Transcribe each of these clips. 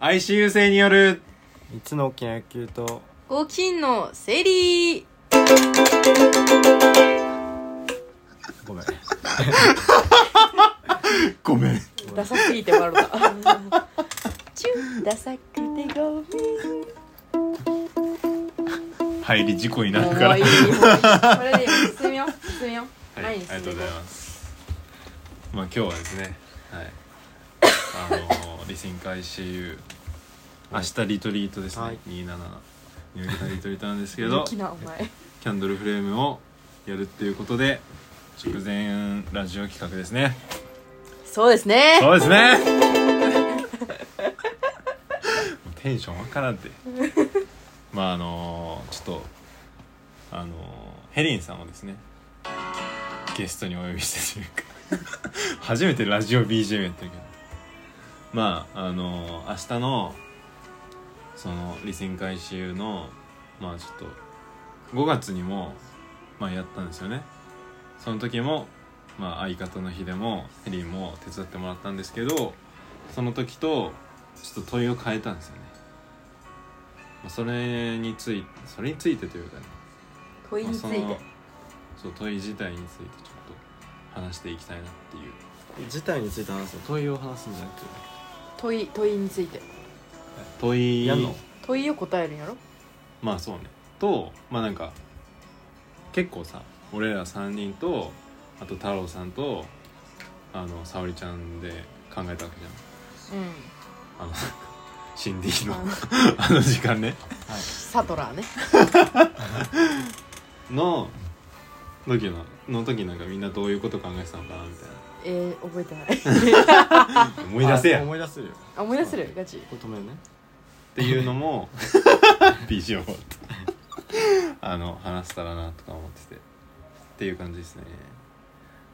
ICU 制による3つの大きな野球とご金のセリーごめんごめんダサすぎて笑 った。チュンダサくてご入り事故にめなん。もるうからいい。これでいい進みよう進みよう。はい、あり前に進がんとうござでいこいます。まあ今日はですね、はい、あのー、リスン会 CU 明日リトリートですね、はい27に向けたリトリートなんですけうど、好きキなお前。ャンドルフレームをやるっていうことで直前ラジオ企画ですね。そうですね。そうですね。もうテンションわからんって。まああのー、ちょっとあのー、ヘリンさんをですねゲストにお呼びしたというか初めてラジオ BGM やってるけどまああのー、明日のその理戦回収のまあちょっと5月にもまあやったんですよねその時もまあ、相方の日でもヘリーも手伝ってもらったんですけどその時とちょっと問いを変えたんですよね、まあ、それについてそれについてというかね問いまあにつそいのて。そう問い自体についてちょっと話していきたいなっていう事態について話すの問いを話すんじゃなくて問い問いについて。問いやんの問いを答えるんやろ。まあそうねとまあなんか結構さ俺ら3人とあと太郎さんとあの沙織ちゃんで考えたわけじゃんうん。あのシンディのあのあの時間ねサトラーね。の時のの時なんかみんなどういうこと考えてたのかなみたえー、覚えてない。 いな思い出せあやっ思い出せるよあ思い出せるガチ。止めるねていうの も BGM 終わったあの話せたらなとか思っててっていう感じですね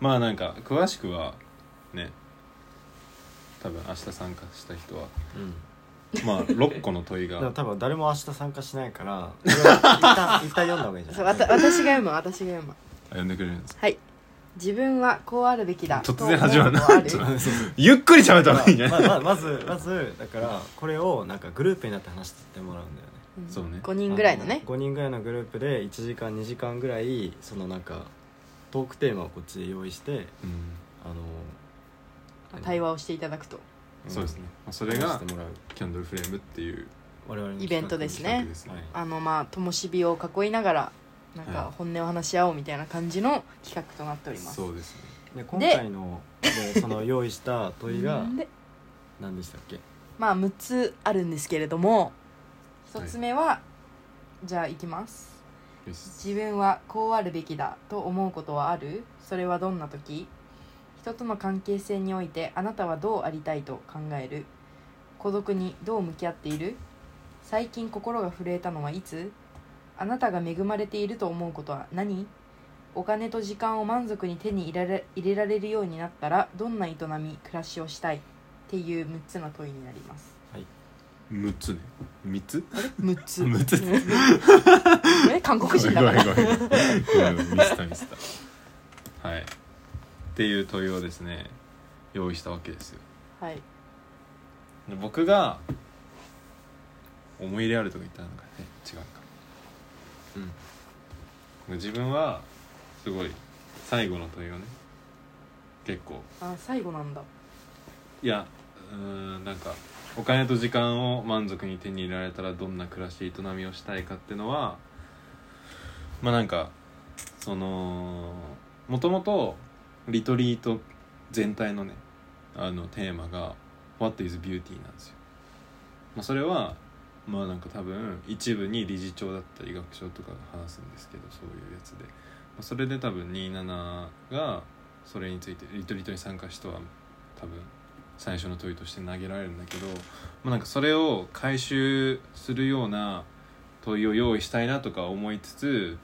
まあなんか詳しくはね多分明日参加した人はうんまあ6個の問い だからが多分誰も明日参加しな いから一旦一旦読んだ方がいいんじそゃうなわいた私が読む私が読む。呼んでくれるんですはい。自分はこうあるべきだ。突然始まると思うことあるゆっくり喋った方がいいん じゃまなあいまあまずまずだからこれをなんかグループになって話してもらうんだよねうんそうね五人ぐらいのね。 5人ぐらいのグループで1時間2時間ぐらいそのなんかトークテーマをこっちで用意してうんあの対話をしていただくと。そうですね、まあ、そそれがしてもらうキャンドルフレームっていう我々のイベントですね企画ですねはいあのまあ灯火を囲いながらなんはかい本音を話し合おうみたいな感じの企画となっております、そうですねで今回のでその用意した問いがで何でしたっけ まあ6つあるんですけれどもはい1つ目は、じゃあいきますよし自分はこうあるべきだと思うことはあるそれはどんな時人との関係性においてあなたはどうありたいと考える孤独にどう向き合っている最近心が震えたのはいつあなたが恵まれていると思うことは何お金と時間を満足に手に入れられ入れられるようになったらどんな営み暮らしをしたいっていう6つの問いになります6つね3つあれ6つ6つ え韓国ごめ人んだごかめんらごめんごめんミスったミスったはいっていう問いをですね用意したわけですよはいで僕が思い入れあるとか言ったのかね違うかうん自分はすごい最後の問いをね結構あ最後なんだいやうーんなんかお金と時間を満足に手に入れられたらどんな暮らし営みをしたいかってのはまあなんかそのもともとリトリート全体のねあのテーマが「What is beauty」なんですよ。まあ、それはまあなんか多分一部に理事長だったり学長とかが話すんですけどそういうやつで、まあ、それで多分27がそれについてリトリートに参加した人は多分最初の問いとして投げられるんだけど、まあ、なんかそれを回収するような問いを用意したいなとか思いつつ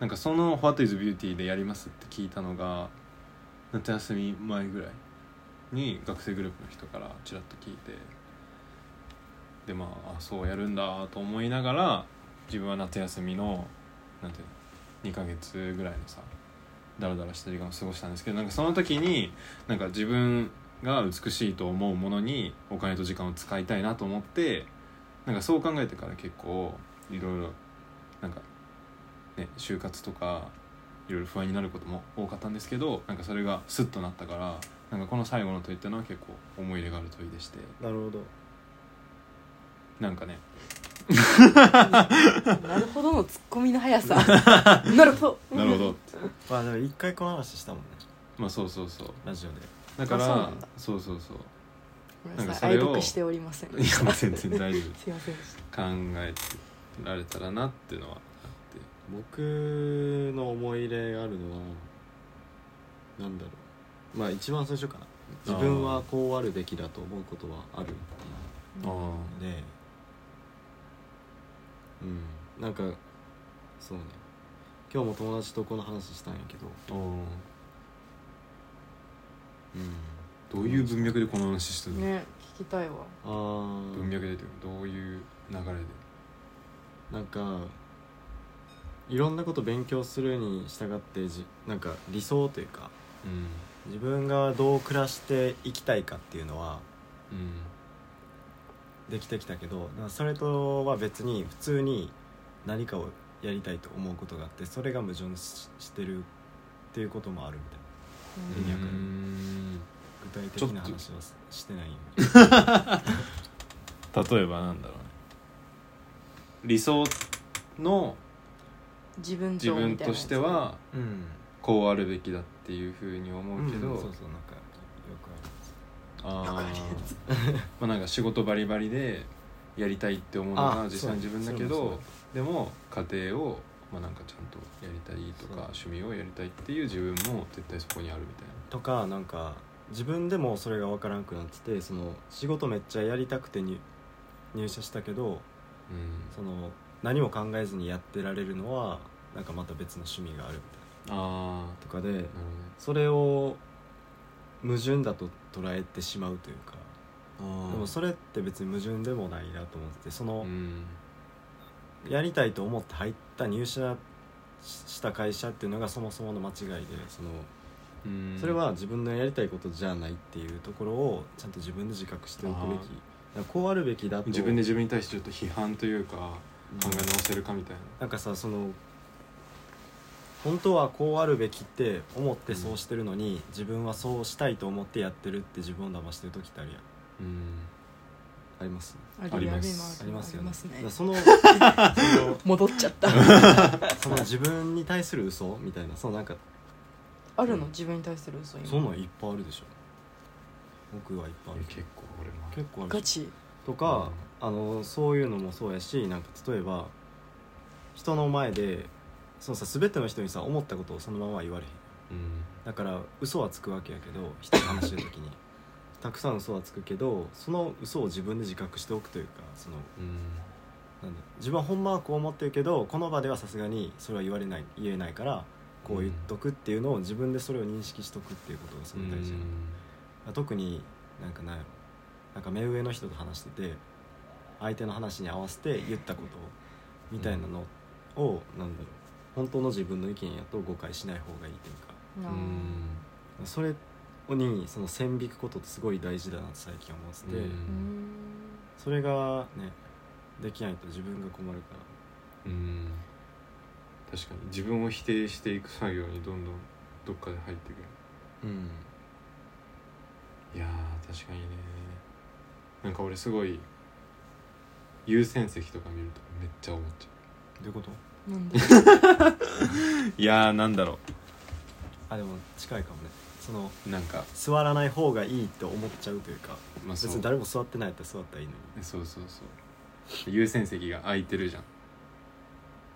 なんかその「What is Beauty」でやりますって聞いたのが夏休み前ぐらいに学生グループの人からちらっと聞いてでまああそうやるんだと思いながら自分は夏休みのなんていうの2ヶ月ぐらいのさだらだらした時間を過ごしたんですけどなんかその時になんか自分が美しいと思うものにお金と時間を使いたいなと思ってなんかそう考えてから結構いろいろなんかね就活とかいろいろ不安になることも多かったんですけどなんかそれがスッとなったからなんかこの最後の問いっていうのは結構思い入れがある問いでしてなるほどなんかねなるほどのツッコミ の速さなるほどなるほどまあでも一回この話したもんねまあそうそうそうラジオでだからあそうなんだそうそうそうごめんななんかそさいれ愛を読しておりませんいや全然大丈夫すいませんでした考えてられたらなっていうのは僕の思い入れがあるのはなんだろうまあ一番最初かな自分はこうあるべきだと思うことはあるってあーいうのでうんなんかそうね今日も友達とこの話したんやけどあーうんどういう文脈でこの話してるの、ね聞きたいわあー文脈でというかどういう流れでなんかいろんなこと勉強するに従ってじなんか理想というかうん自分がどう暮らしていきたいかっていうのはうんできてきたけどなそれとは別に普通に何かをやりたいと思うことがあってそれが矛盾ししてるっていうこともあるみたいなう文ん脈うん具体的な話はししてないよ例えばなんだろうね理想の自分自と分みたいとなやつしてはうんこうあるべきだっていうふうに思うけど、うんそうそうなんかよくあるあわかーるや まあなんか仕事バリバリでやりたいって思うのが実際に自分だけどでも家庭をまあなんかちゃんとやりたいとか趣味をやりたいっていう自分も絶対そこにあるみたいなとかなんか自分でもそれが分からんくなっててその仕事めっちゃやりたくて入入社したけどうんその何も考えずにやってられるのはなんかまた別の趣味があるみたいあなとかであなるそれを矛盾だと捉えてしまうというかほどねでもそれって別に矛盾でもないなと思っててそのうんやりたいと思って入った入社しした会社っていうのがそもそもの間違いでそのうんそれは自分のやりたいことじゃないっていうところをちゃんと自分で自覚しておくべあきーだからこうあるべきだと自分で自分に対してちょっと批判というかうん考え直せるかみたいななんかさその本当はこうあるべきって思ってそうしてるのに、自分はそうしたいと思ってやってるって自分を騙してる時ってあるやんうんありますあありりまますすありますよありねますだねからその その戻っちゃった その自分に対する嘘みたいなそのなんかあるの自分に対する嘘そん今なんいっぱいあるでしょ僕はいっぱいある結構俺も結構あるガでしチょとか、あのそういうのもそうやしなんか例えば人の前でそのさ全ての人にさ思ったことをそのまま言われへんうんだから嘘はつくわけやけど人と話してる時 にたくさん嘘はつくけどその嘘を自分で自覚しておくというかそのうんなんだ自分はほんまはこう思ってるけどこの場ではさすがにそれは言われない言えないからこう言っとくっていうのを自分でそれを認識しとくっていうことがすごい大事やな、まあ特になんかなんやろなんか目上の人と話してて相手の話に合わせて言ったことみたいなのを、なんだろう本当の自分の意見やと誤解しない方がいいというかううんうんそれにその線引くことってすごい大事だなって最近思ってて、うんうんそれがねできないと自分が困るかうん確かに自分を否定していく作業にどんどんどっかで入ってくるらうんいやー確かにねなんか俺すごい優先席とか見るとめっちゃ思っちゃどういうことな んでういやーなんだろあでも近いかもねそのうなんか座らない方がいいって思っちゃうというかまあ別そうに誰も座ってないやったら座ったらいいのにそうそうそう優先席が空いてるじゃん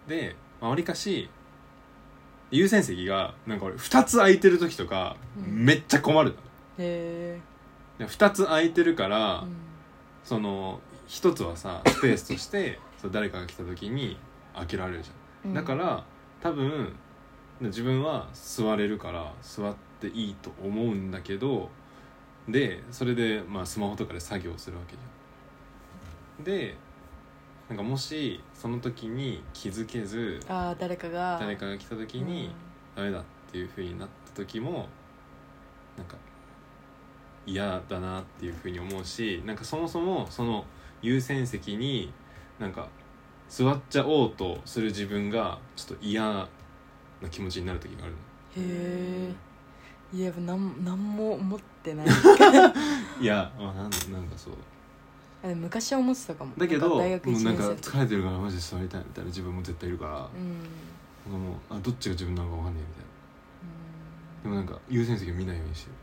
でまあわりかし優先席がなんか俺2つ空いてる時とかうんめっちゃ困るの、へで2つ空いてるから、ーうんその一つはさスペースとしてそう誰かが来た時に開けられるじゃ、うんんだから多分自分は座れるから座っていいと思うんだけどでそれで、まあ、スマホとかで作業するわけじゃんでなんかもしその時に気づけずあー誰かが誰かが来た時にダメだっていうふうになった時もなんか嫌だなっていうふうに思うしなんかそもそもその優先席になんか座っちゃおうとする自分がちょっと嫌な気持ちになる時 があるのへえいやなんなんも思っ てないいやあなんなんかそうあでも昔は思ってたかもだけどもなんうか大学1な年んか生疲れてるからマジで座りたいみたいな自分も絶対いるから、うんうんなんかもうあどっちが自分なのか分かんないみたいなでもなんか優先席を見ないようにしてる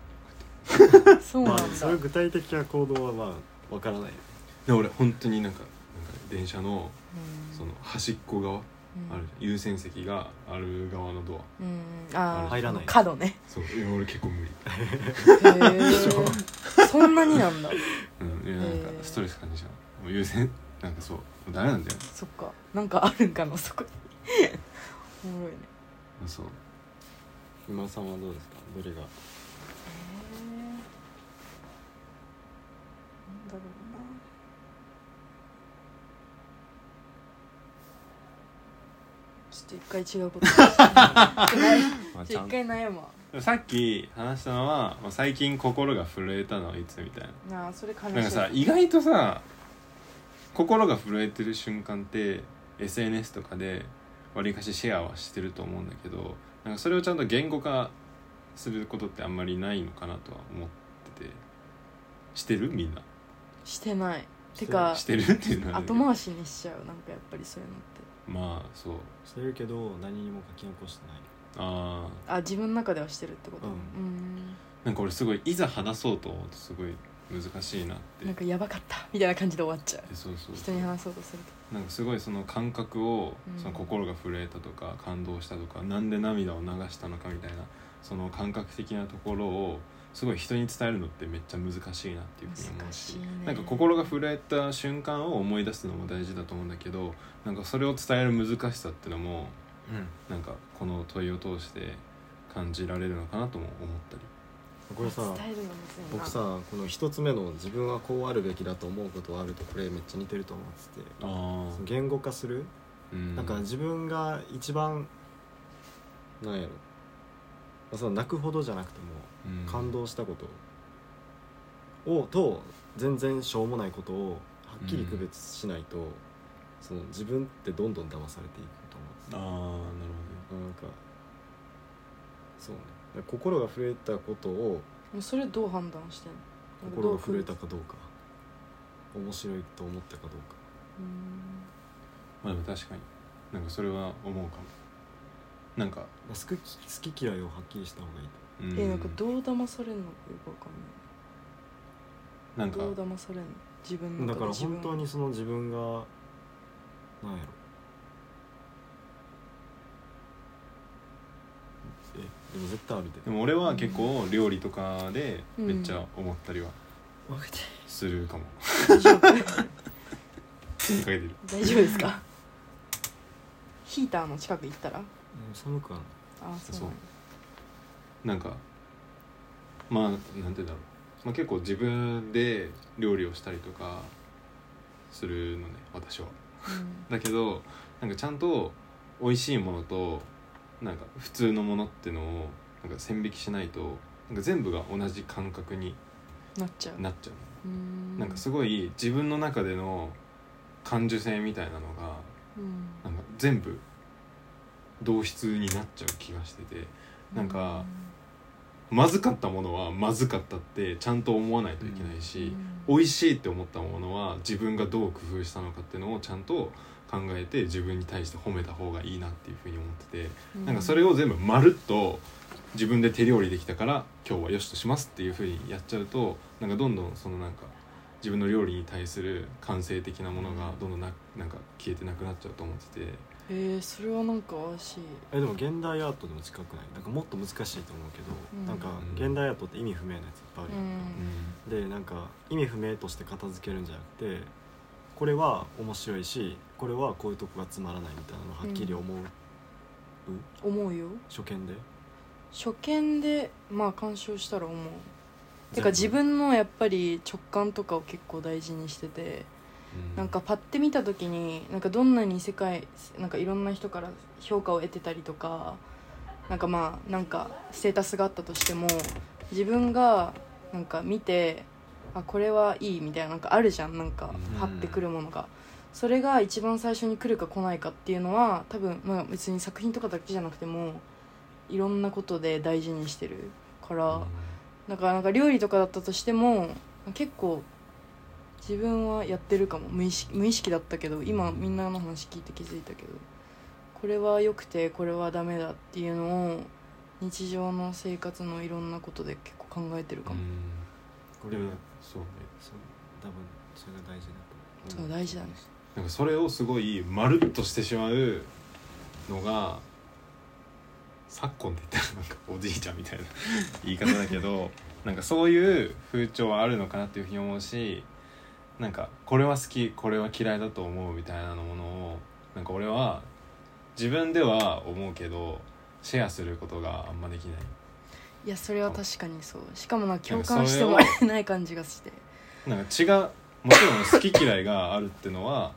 そうまなあんだ、それ具体的な行動はまあわからないで俺本当になんかなんか電車のうんその端っこ側うんあるじゃん優先席がある側のドアうんあー入らない角ねそういや俺結構無理、へえそんなになんだうん、いやなんかへーストレス感じちゃうもう優先なんかそうもうダメなんだよそっかなんかあるんかなそこにおもろいねそう今さんはどうですかどれがへえなんだろうなちょっと一回 違うことちょっまあと一回悩むわさっき話したのは、まあ、最近心が震えたのはいつみたいなあそれ悲しいななんかさ意外とさ心が震えてる瞬間って SNS とかでわりかしシェアはしてると思うんだけどなんかそれをちゃんと言語化することってあんまりないのかなとは思っててしてるみんなしてないてかしてるっていうのはあれだけ後ど回しにしちゃうなんかやっぱりそういうのってまあそうしてるけど何にも書き残してないあああ自分の中ではしてるってことうんうんなんか俺すごいいざ話そうと思うとすごい難しいなってなんかやばかったみたいな感じで終わっちゃうえそうそう人に話そうとするとなんかすごいその感覚を、うんその心が震えたとか感動したとかなんで涙を流したのかみたいなその感覚的なところをすごい人に伝えるのってめっちゃ難しいなっていうふうに思うし難しいねなんか心が震えた瞬間を思い出すのも大事だと思うんだけどなんかそれを伝える難しさっていうのもうんなんかこの問いを通して感じられるのかなとも思ったり。これさ伝えるのむずいな僕さこの一つ目の自分はこうあるべきだと思うことはあるとこれめっちゃ似てると思っててあその言語化するうんなんか自分が一番なんやろまあその泣くほどじゃなくてもうん感動したことをと全然しょうもないことをはっきり区別しないと、その自分ってどんどん騙されていくと思うんですああなるなんかそうねだから心が震えたことをもうそれどう判断してんの心が震えたうかどうか面白いと思ったかどうかーほどんまあでも確かになんかそれは思うかもなんか、まあ好き好き嫌いをはっきりした方がいいとうんえなんかどう騙されるのかよくわかんなんないどかう騙されるの自分のだ中でから自分本当にその自分がなんやろえでも絶対あるででも俺は結構料理とかでめっちゃ思ったりは分かってする かも、大丈夫手にかけてる大丈夫ですか ヒーターの近く行ったらうん寒くはないあそうなんだなんかまあなんて言うんだろう、まあ、結構自分で料理をしたりとかするのね私はだけどなんかちゃんと美味しいものとなんか普通のものってのをなんか線引きしないとなんか全部が同じ感覚にうんなっちゃうなっちゃううーんなんかすごい自分の中での感受性みたいなのがうんなんか全部同質になっちゃう気がしててなんかまずかったものはまずかったってちゃんと思わないといけないうんし、美味しいって思ったものは自分がどう工夫したのかっていうのをちゃんと考えて自分に対して褒めた方がいいなっていうふうに思ってて、うんなんかそれを全部まるっと自分で手料理できたから今日はよしとしますっていうふうにやっちゃうとなんかどんどんそのなんか自分の料理に対する感性的なものがどんどんななんか消えてなくなっちゃうと思ってて。えーそれはなんか怪しいえでも現代アートでも近くないなんかもっと難しいと思うけど、うんなんか現代アートって意味不明なやついっぱいあるやんか、でなんか意味不明として片付けるんじゃなくてこれは面白いしこれはこういうとこがつまらないみたいなのをはっきり思う、思うよ初見で初見でまあ鑑賞したら思うてか自分のやっぱり直感とかを結構大事にしててなんかパッて見た時になんかどんなに世界なんかいろんな人から評価を得てたりとかなんかまあなんかステータスがあったとしても自分がなんか見てあこれはいいみたいななんかあるじゃんなんかうん張ってくるものが、それが一番最初に来るか来ないかっていうのは多分、まあ、別に作品とかだけじゃなくてもいろんなことで大事にしてるから、だからなんか料理とかだったとしても結構自分はやってるかも無意識無意識だったけど今みんなの話聞いて気づいたけどこれは良くてこれはダメだっていうのを日常の生活のいろんなことで結構考えてるかも、こでれもはそうねそう多分それが大事だとそう大事だねなんかそれをすごいまるっとしてしまうのが昨今って言ったらなんかおじいちゃんみたいな 言い方だけどなんかそういう風潮はあるのかなっていうふうに思うしなんかこれは好きこれは嫌いだと思うみたいなものをなんか俺は自分では思うけどシェアすることがあんまできないいやそれは確かにそうしかもなんか共な感んかしそてれをもらえない感じがしてなんか違うもちろん好き嫌いがあるってのは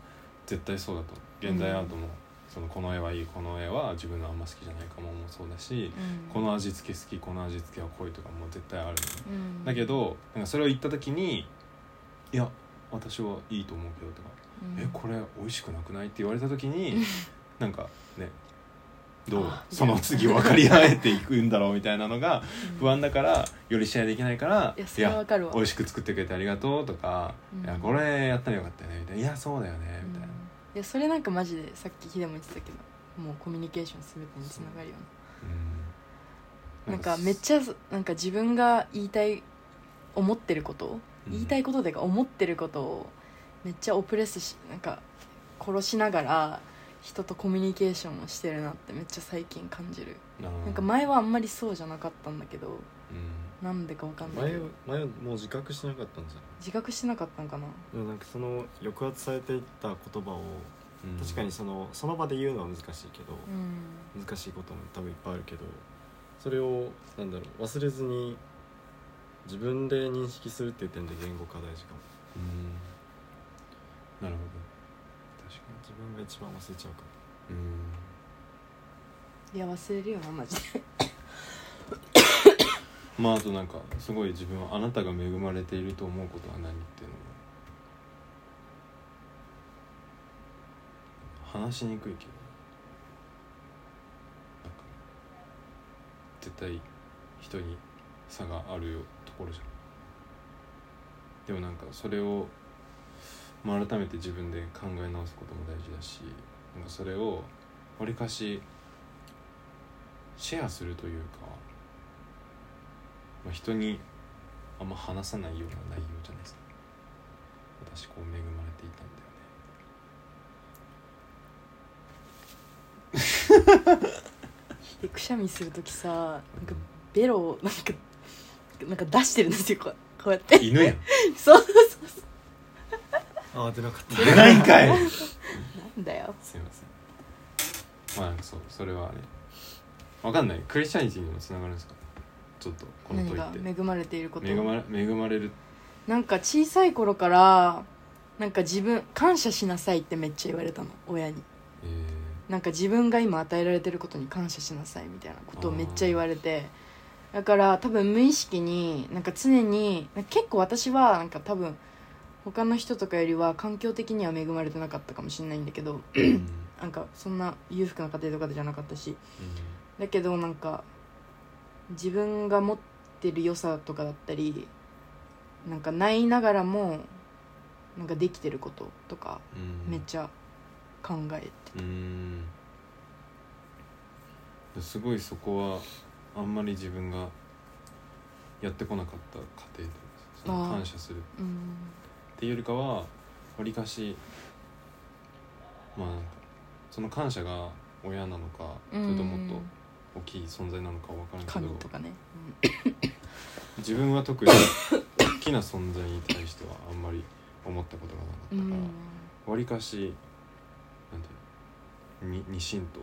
絶対そうだと思う現代アートも、そのこの絵はいいこの絵は自分のあんま好きじゃないかももそうだしうんこの味付け好きこの味付けは濃いとかも絶対あるのね、うんだけどなんかそれを言った時に「いや私はいいと思うけど」とか「うんえこれ美味しくなくない?」って言われた時 になんかねどうあその次分かり合えていくんだろうみたいなのが不安だからより試合できないからいやそれはわかるわ美味しく作ってくれてありがとうとか、うんいやこれやったらよかったよねみたいないやそうだよねみたいな、いやそれなんかマジでさっきヒデも言ってたけどもうコミュニケーション全てにつながるよねうんなんかめっちゃなんか自分が言いたい思ってることうん言いたいことというか思ってることをめっちゃオプレスしなんか殺しながら人とコミュニケーションをしてるなってめっちゃ最近感じるななんか前はあんまりそうじゃなかったんだけどうんなんでかわかんない前けどは前はもう自覚してなかったんじゃない自覚してなかったのかなでもなんかその抑圧されていった言葉をうん確かにそのその場で言うのは難しいけど、うん難しいことも多分いっぱいあるけどそれをなんだろう忘れずに自分で認識するっていう点で言語化大事かもうんなるほど確か自分が一番忘れちゃうからにうんいや忘れるよなマジでまああとなんかすごい自分はあなたが恵まれていると思うことは何っていうのも話しにくいけどなんか絶対人に差があるよところじゃんでもなんかそれを、まあ、改めて自分で考え直すことも大事だしなんかそれをわりかしシェアするというかまあ、人にあんま話さないような内容じゃないですか私こう恵まれていたんだよねでくしゃみする時さなんかベロをなんかなんか出してるんですよこうこうやって犬やんそうああ出なかった出ないんかいなんだよすいませんまあなんかそうそれはねわかんないクリスチャニティにもつながるんですかちょっとこの問何いがって恵まれていること恵まれ恵まれるなんか小さい頃からなんか自分感謝しなさいってめっちゃ言われたの親にえーなんか自分が今与えられてることに感謝しなさいみたいなことをめっちゃ言われてだから多分無意識になんか常になんか結構私はなんか多分他の人とかよりは環境的には恵まれてなかったかもしれないんだけど うんなんかそんな裕福な家庭とかじゃなかったしだけどなんか自分が持ってる良さとかだったりなんかないながらもなんかできてることとかうんめっちゃ考えてうーんすごいそこはあんまり自分がやってこなかった家庭でそのあー感謝するうんっていうよりかはわりかしまあなんかその感謝が親なのかそれともっと大きい存在なのかわから神んけどとかね、自分は特に大きな存在に対してはあんまり思ったことがなかったうかんらわりかしなんていうのに二神と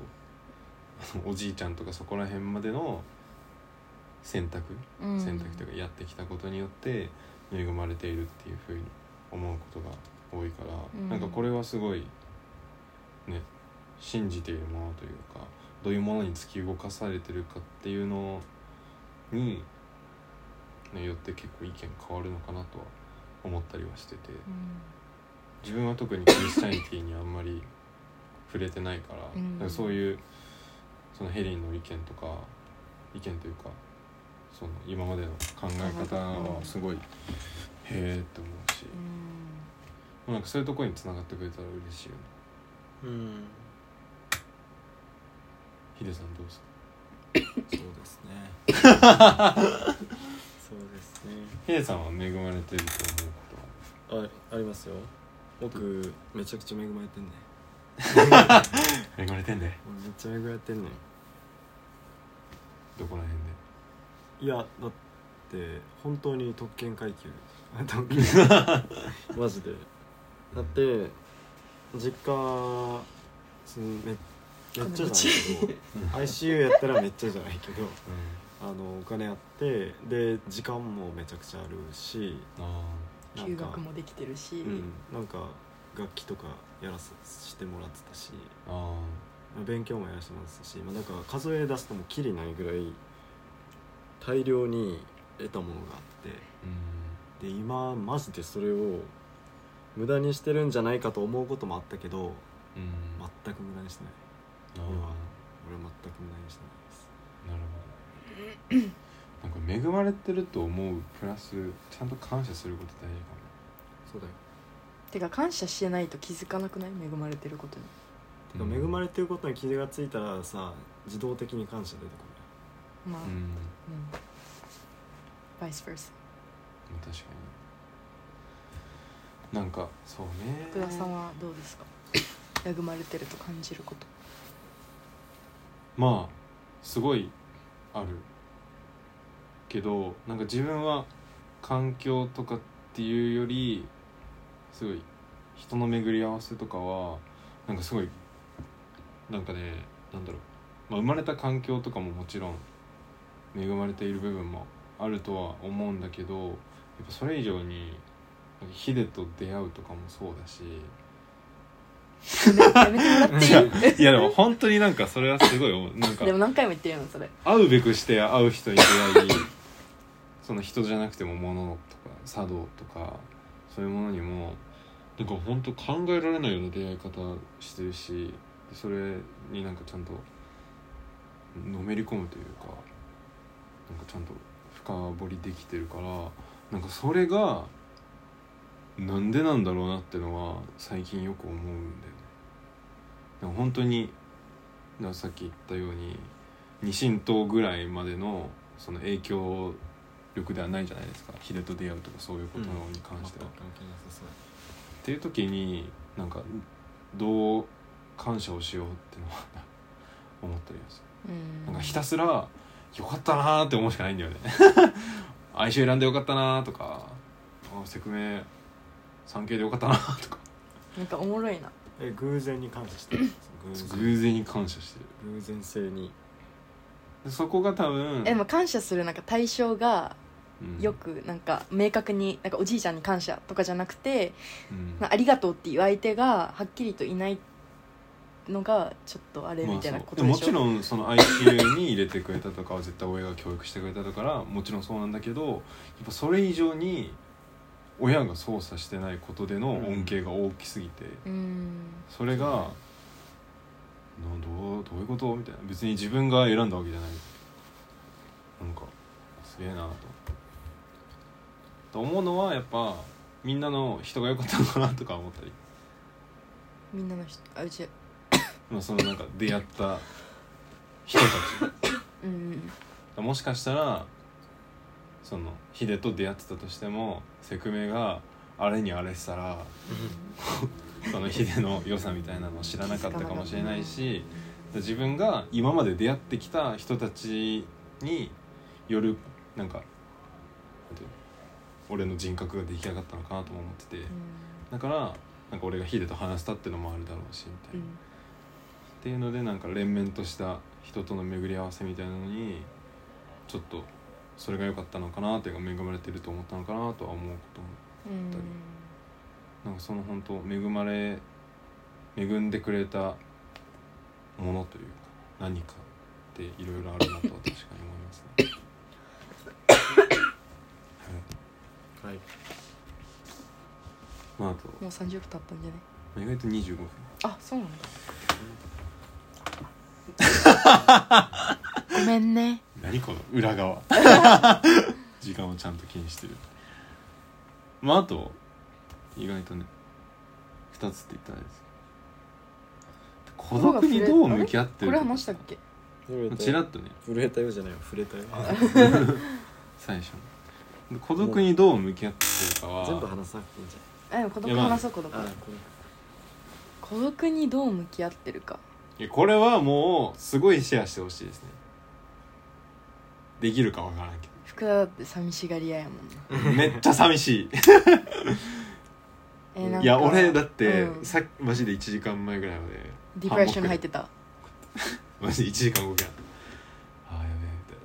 あのおじいちゃんとかそこら辺までの選択うん選択というかやってきたことによって恵まれているっていうふうに思うことが多いから、うんなんかこれはすごいね信じているものというかどういうものに突き動かされてるかっていうのにによって結構意見変わるのかなとは思ったりはしてて自分は特にクリスチャニティにあんまり触れてないから,、うんそういうそのヘリンの意見とか意見というかその今までの考え方はすごい、へえって思うし、もうなんかそういうところにつながってくれたら嬉しいよねうんヒデさんどうですかそうですねそうですねヒデさんは恵まれてると思うことはあありますよ僕めちゃくちゃ恵まれてんね恵まれてんで俺めっちゃ恵まれてんねどこら辺でいやだって本当に特権階級 特権マジでだって実家そのめめっちゃじゃないけど ICU やったらめっちゃじゃないけど うあのお金あってで時間もめちゃくちゃあるしんあなん休か学もできてるし、うん、なんか楽器とかやらせしてもらってたしああ勉強もやらせてもらってたし、まあ、なんか数え出すともうきりないぐらい大量に得たものがあっーうんてで今マジでそれを無駄にしてるんじゃないかと思うこともあったけどうんあ全く無駄にしてないあ俺は俺は全く無駄にしてないでなるすほどなんか恵まれてると思うプラスちゃんと感謝すること大事かもそうだよてか感謝してないと気づかなくない恵まれてることにてか恵まれててることに気がついたらさ自動的に感謝出てこまあ、ううんんバイス versa 確かになんかそうね福田さんはど うですか恵まれてると感じることまあすごいあるけどなんか自分は環境とかっていうよりすごい人の巡り合わせとかはなんかすごいなんかねなんだろう、まあ、生まれた環境とかももちろん恵まれている部分もあるとは思うんだけどやっぱそれ以上になんかヒデと出会うとかもそうだしやめてもらってい いいやでも本当になんかそれはすごい思うなんかでも何回も言ってるのそれ会うべくして会う人に出会いその人じゃなくても物とか茶道とかそういうものにもなんか本当考えられないような出会い方してるしそれになんかちゃんとのめり込むというかなんかちゃんと深掘りできてるからなんかそれがなんでなんだろうなってのは最近よく思うんだよね。なんか本当になんかさっき言ったように二神党ぐらいまでのその影響力ではないじゃないですか秀と出会うとかそういうことに関しては。全く関係なさそうっていう時になんかどう感謝をしようってのは 思ったりはするうなんんかひたすら「よかったな」って思うしかないんだよ ね相性選んでよかったなとか「あセクメ産経でよかったな」とかなんかおもろいなえ偶然に感謝してる偶然偶然に感謝してる偶然性にでそこが多分え、まあ、感謝するなんか対象がうんよ、くなんか明確になんかおじいちゃんに感謝とかじゃなくて、うんまあ、ありがとうっていう相手がはっきりといないのがちょっとあれみたいなまあこそとうでもしょちろんその IQ に入れてくれたとかは絶対親が教育してくれたとかからもちろんそうなんだけどやっぱそれ以上に親が操作してないことでの恩恵が大きすぎて、うんそれがなどうどういうことみたいな別に自分が選んだわけじゃないなんかすげえなとと思うのはやっぱみんなの人が良かったのかなとか思ったりみんなの人あうちまあそのなんか出会った人たちうんもしかしたらそのヒデと出会ってたとしてもセクメがあれにあれしたら そのヒデの良さみたいなのを知らなかったかもしれないし自分が今まで出会ってきた人たちによるなんかなんていうの俺の人格が出来上がったのかなとも思っててだからなんか俺がヒデと話したってのもあるだろうしみたういんな。っていうのでなんか連綿とした人との巡り合わせみたいなのにちょっとそれが良かったのかなというか恵まれてると思ったのかなとは思うこともうんなんかその本当恵まれ恵んでくれたものというか何かっていろいろあるなとは確かに思いますねはいまああともう30分経ったんじゃまあない意外と25分あそうなんだ ごめんね何この裏 側時間をちゃんと気にしてるまああと意外とね2つって言ったらあれです孤独にどう向き合ってこるれか話したっけ震えたちらっとね震えたよじゃないよ震えたよ最初の孤独にどう向き合ってるかは全部話さなくていいんじあでも孤独いやまあ話そう孤独ゃないあこ孤独にどう向き合ってるかいやこれはもうすごいシェアしてほしいですねできるかわからんけ福田だって寂しがり屋やもんなどめっちゃ寂しえー なんいかいや俺だって、うんさっきマジで1時間前ぐらいまでディプレッションに入っハンモックでて た、マジで1時 間動けないあ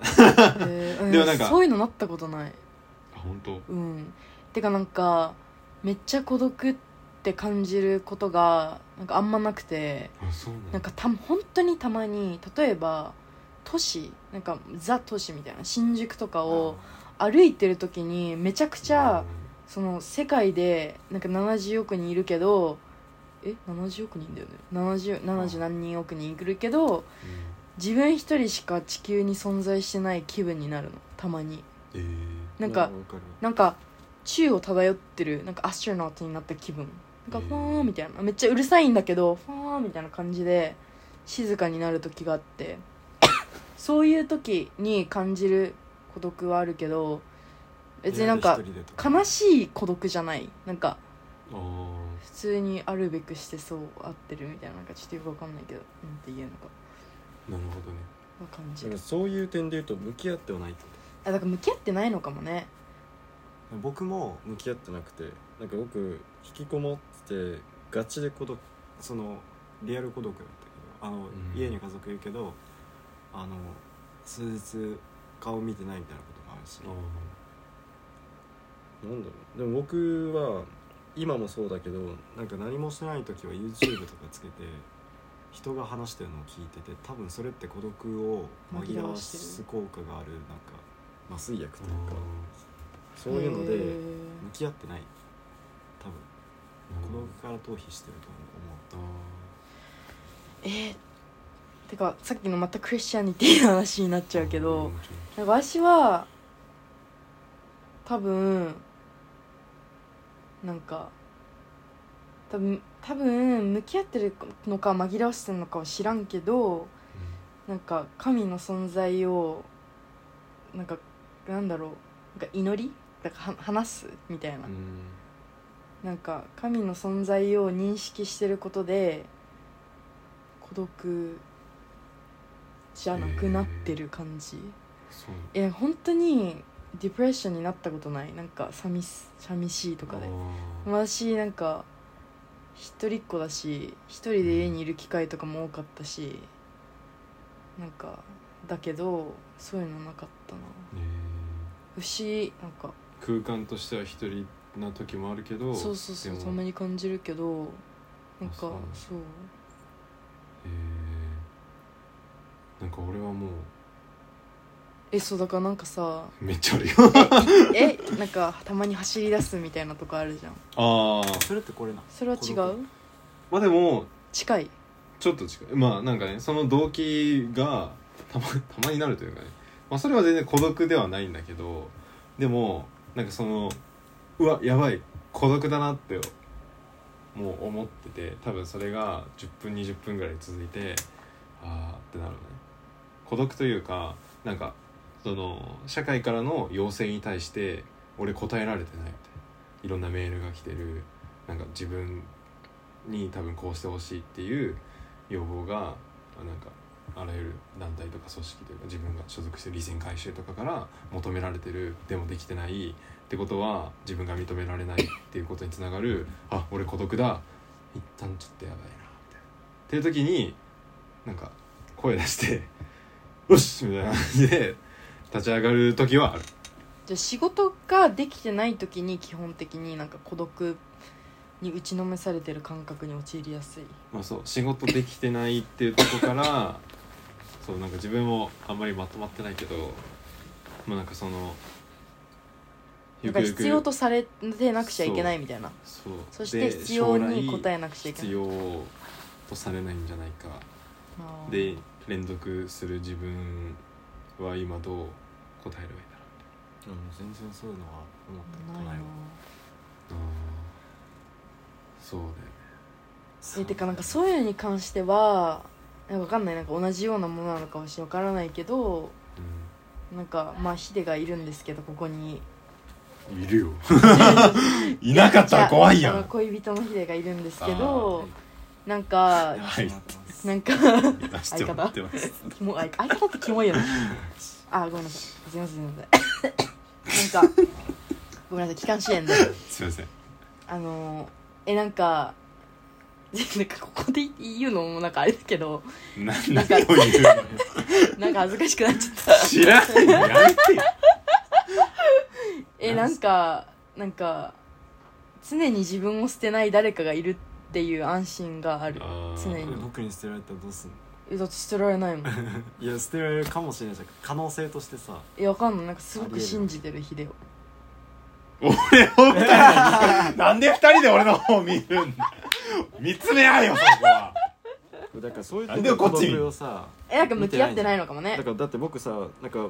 ーやべえみたいなえーうでもなんかそういうのなったことないあ本当うんてかなんかめっちゃ孤独って感じることがなんかあんまなくてあそうなんだなんかた本当にたまに例えば都市なんかザ都市みたいな新宿とかを歩いてる時にめちゃくちゃその世界でなんか70億人いるけどえ70億人だよね 70, 70何人億人いるけど自分一人しか地球に存在してない気分になるのたまにえうなんかわかるなんか宙を漂ってるなんかアストロナウトになった気分なんかファーみたいなめっちゃうるさいんだけどファーみたいな感じで静かになる時があって そういう時に感じる孤独はあるけど別になんか部屋で一人でと悲しい孤独じゃないなんかあー普通にあるべくしてそう合ってるみたいななんかちょっとよくわかんないけどなんて言えるのかなるほどねは感じだからるそういう点で言うと向き合ってはないってことあだから向き合ってないのかもね僕も向き合ってなくてなんか僕引きこもっててガチで孤独そのリアル孤独だったけどあの、うん家に家族いるけどあの数日顔見てないみたいなこともあるしあーなんだろうでも僕は今もそうだけどなんか何もしてない時は YouTube とかつけて人が話してるのを聞いてて多分それって孤独を紛らわす効果があるなんか麻酔薬というかそういうのへでー向き合ってない多分。なる孤ほど独から逃避してるとあえーてかさっきのまたクリスチャニティの話になっーちゃうけどうんちょっなんか私は多分なんか多分多分向き合ってるのか紛らわしてるのかは知らんけどとなんか神の存在をなんかなんだろうなんか祈りなんかは話すみたいなうんうんなんか神の存在を認識してることで孤独じゃなくなってる感じ、そうえ本当にディプレッションになったことないなんか寂し寂しいとかであー私なんか一人っ子だし一人で家にいる機会とかも多かったしなんかだけどそういうのなかったなえ牛なんかー空間としては一人な時もあるけどそうそうそうでもたまに感じるけどなんあかそうそうえーなんか俺はもえそうだからなんかさ うめっちゃあるよえなんかたまに走り出すみたいなとこあるじゃんああ思ったそれってこれなそれは違孤うまあでも近いちょっと違うまあなんかねその動機がたまたまになるというかね、まあ、それは全然孤独ではないんだけどでもなんかそのうわやばい孤独だなってもう思ってて多分それが10分20分ぐらい続いてああってなるのね孤独というかなんかその社会からの要請に対して俺答えられてないみたいないろんなメールが来てるなんか自分に多分こうしてほしいっていう要望があなんかあらゆる団体とか組織というか自分が所属してる理線回収とかから求められてるでもできてないってことは自分が認められないっていうことにつながるあ俺孤独だ一旦ちょっとやばいなみたいな。っていう時になんか声出して「よし!」みたいな感じで立ち上がる時はある。じゃあ仕事ができてない時に基本的になんか孤独に打ちのめされてる感覚に陥りやすいまあ、そう仕事できてないっていうところからそうなんか自分もあんまりまとまってないけど、まあ、なんかそのなんか必要とされてなくちゃいけないみたいなそうそして必要に応えなくちゃいけない必要とされないんじゃないかあーで連続する自分は今どう答えればいいんだろ全然そういうのは思ったこなといなないわうなそうだよねえてかなんかそういうのに関してはなんかわかんないなんか同じようなものなのかもしれわからないけどなんかまあヒデがいるんですけどここにうんいるよいなかったら怖いやあのん恋人のヒデがいるんですけあどなんかはいなんか出してもらってますキモい相方ってキモいよねあーごめんなさいすいませんすいませんなんかごめんなさい気管支炎ですいませんあのえなんかなんかここで言うのもなんかあれだけどな何を言うのなんか恥ずかしくなっちゃった知らないやめてよえななんんかなんか常に自分を捨てない誰かがいるっていう安心があるあー常に僕に捨てられたらどうすんのえだって捨てられないもんいや捨てられるかもしれないじゃん可能性としてさえわかんないなんかすごく信じてるヒデを俺を見たのになんで二人で俺の方見るんだ見つめ合えよそこはだからそういうなんでこっちに孤独をさえなんか向き合ってないのかもねだからだって僕さなんか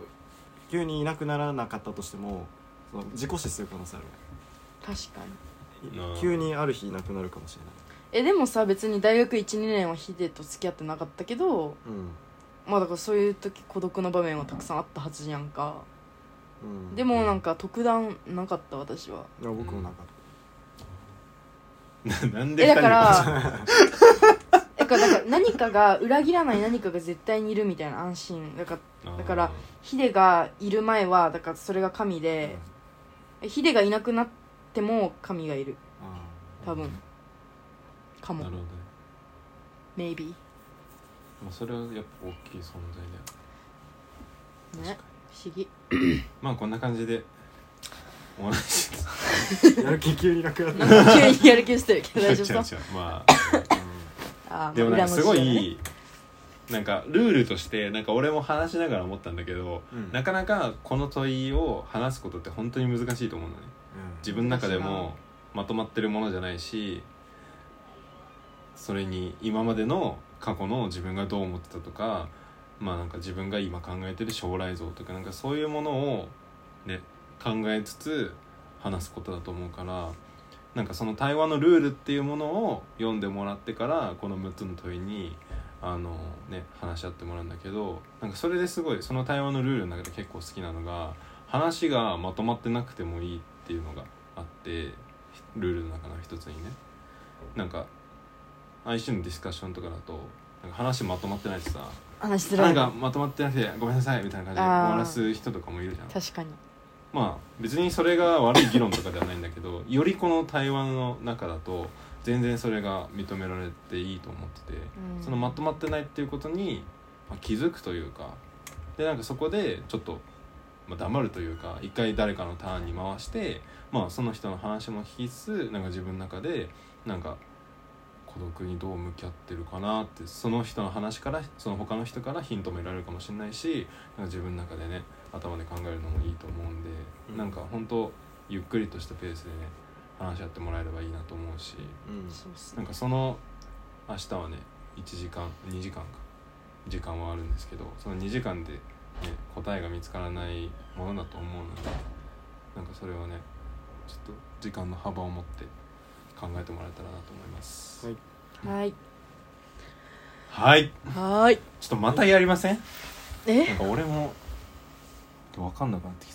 急にいなくならなかったとしてもその自己死する可能性ある確かになあ急にある日いなくなるかもしれえでもさ別に大学12年はヒデと付き合ってなかったけどないまあだからそういう時孤独な場面はたくさんあったはずじゃんかうん、うん、でもなんか特段なかった私はいや僕もなかったななんでえ二人だから だからなんか何かが裏切らない何かが絶対にいるみたいな安心だからだからヒデがいる前はだからそれが神でヒデがいなくなっても神がいるあ多分かなもるほどね maybe まあそれはやっぱ大きい存在だよね不思議まあこんな感じでお話し ーやる気急になくなったなんか 急にやる気してるけど大丈夫そ違うう違うまああーでもなんかすご裏の事情だねいなんかルールとしてなんか俺も話しながら思ったんだけどうんなかなかこの問いを話すことって本当に難しいと思うのね自分の中でもまとまってるものじゃないしそれに今までの過去の自分がどう思ってたとかまあなんか自分が今考えてる将来像とかなんかそういうものをね考えつつ話すことだと思うからなんかその対話のルールっていうものを読んでもらってからこの6つの問いにあのね話し合ってもらうんだけどなんかそれですごいその対話のルールの中で結構好きなのが話がまとまってなくてもいいっていうのがあってルールの中の一つにねなんか相性のディスカッションとかだとなんか話まとまってないしさ話しづならんいかまとまってなくてごめんなさいみたいな感じであ終ーわらす人とかもいるじゃん確かにまあ別にそれが悪い議論とかではないんだけどよりこの台湾の中だと全然それが認められていいと思ってて、うんそのまとまってないっていうことに、まあ、気づくというかでなんかそこでちょっと、まあ、黙るというか一回誰かのターンに回して、まあ、その人の話も聞きつつなんか自分の中でなんか孤独にどう向き合ってるかなってその人の話からその他の人からヒントも得られるかもしれないしなんか自分の中でね頭で考えるのもいいと思うんで、うんなんか本当ゆっくりとしたペースでね話し合ってもらえればいいなと思うしうんそうっすなんねかその明日はね1時間2時間か時間はあるんですけどその2時間で、ね、答えが見つからないものだと思うのでなんかそれはねちょっと時間の幅を持って考えてもらえたらなと思いますはいはいはいはーいちょっとまたやりませんえなんか俺も分かんなくなってき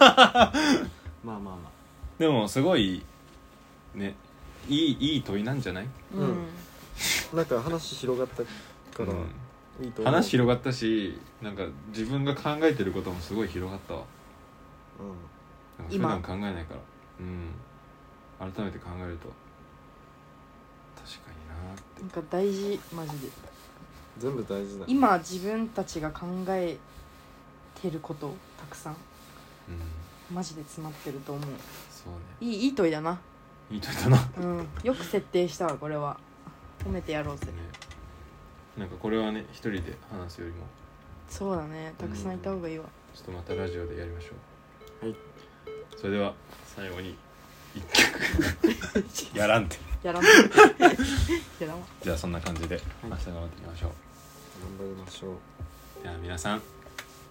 たまあまあまでもすごいねいいいい問いなんじゃないうんあなんか話広がったからうんいいと思う話広がったしなんか自分が考えてることもすごい広がったわうなんか普今段考えないからうん改めて考えると確かになーってなんか大事マジでん全部大事だ今自分たちが考えてることたくさんうんマジで詰まってると思うそうねいいいい問いだな言いといたなねうんよく設定したわこれは褒めてやろうぜなんかこれはね一人で話すよりもそうだねたくさんいた方がいいわちょっとまたラジオでやりましょうはいそれでは最後に一曲 やらんてやらないやらんわじゃあそんな感じで明日頑張っていきましょう、頑張りましょうでは皆さん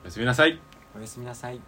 おやすみなさいおやすみなさい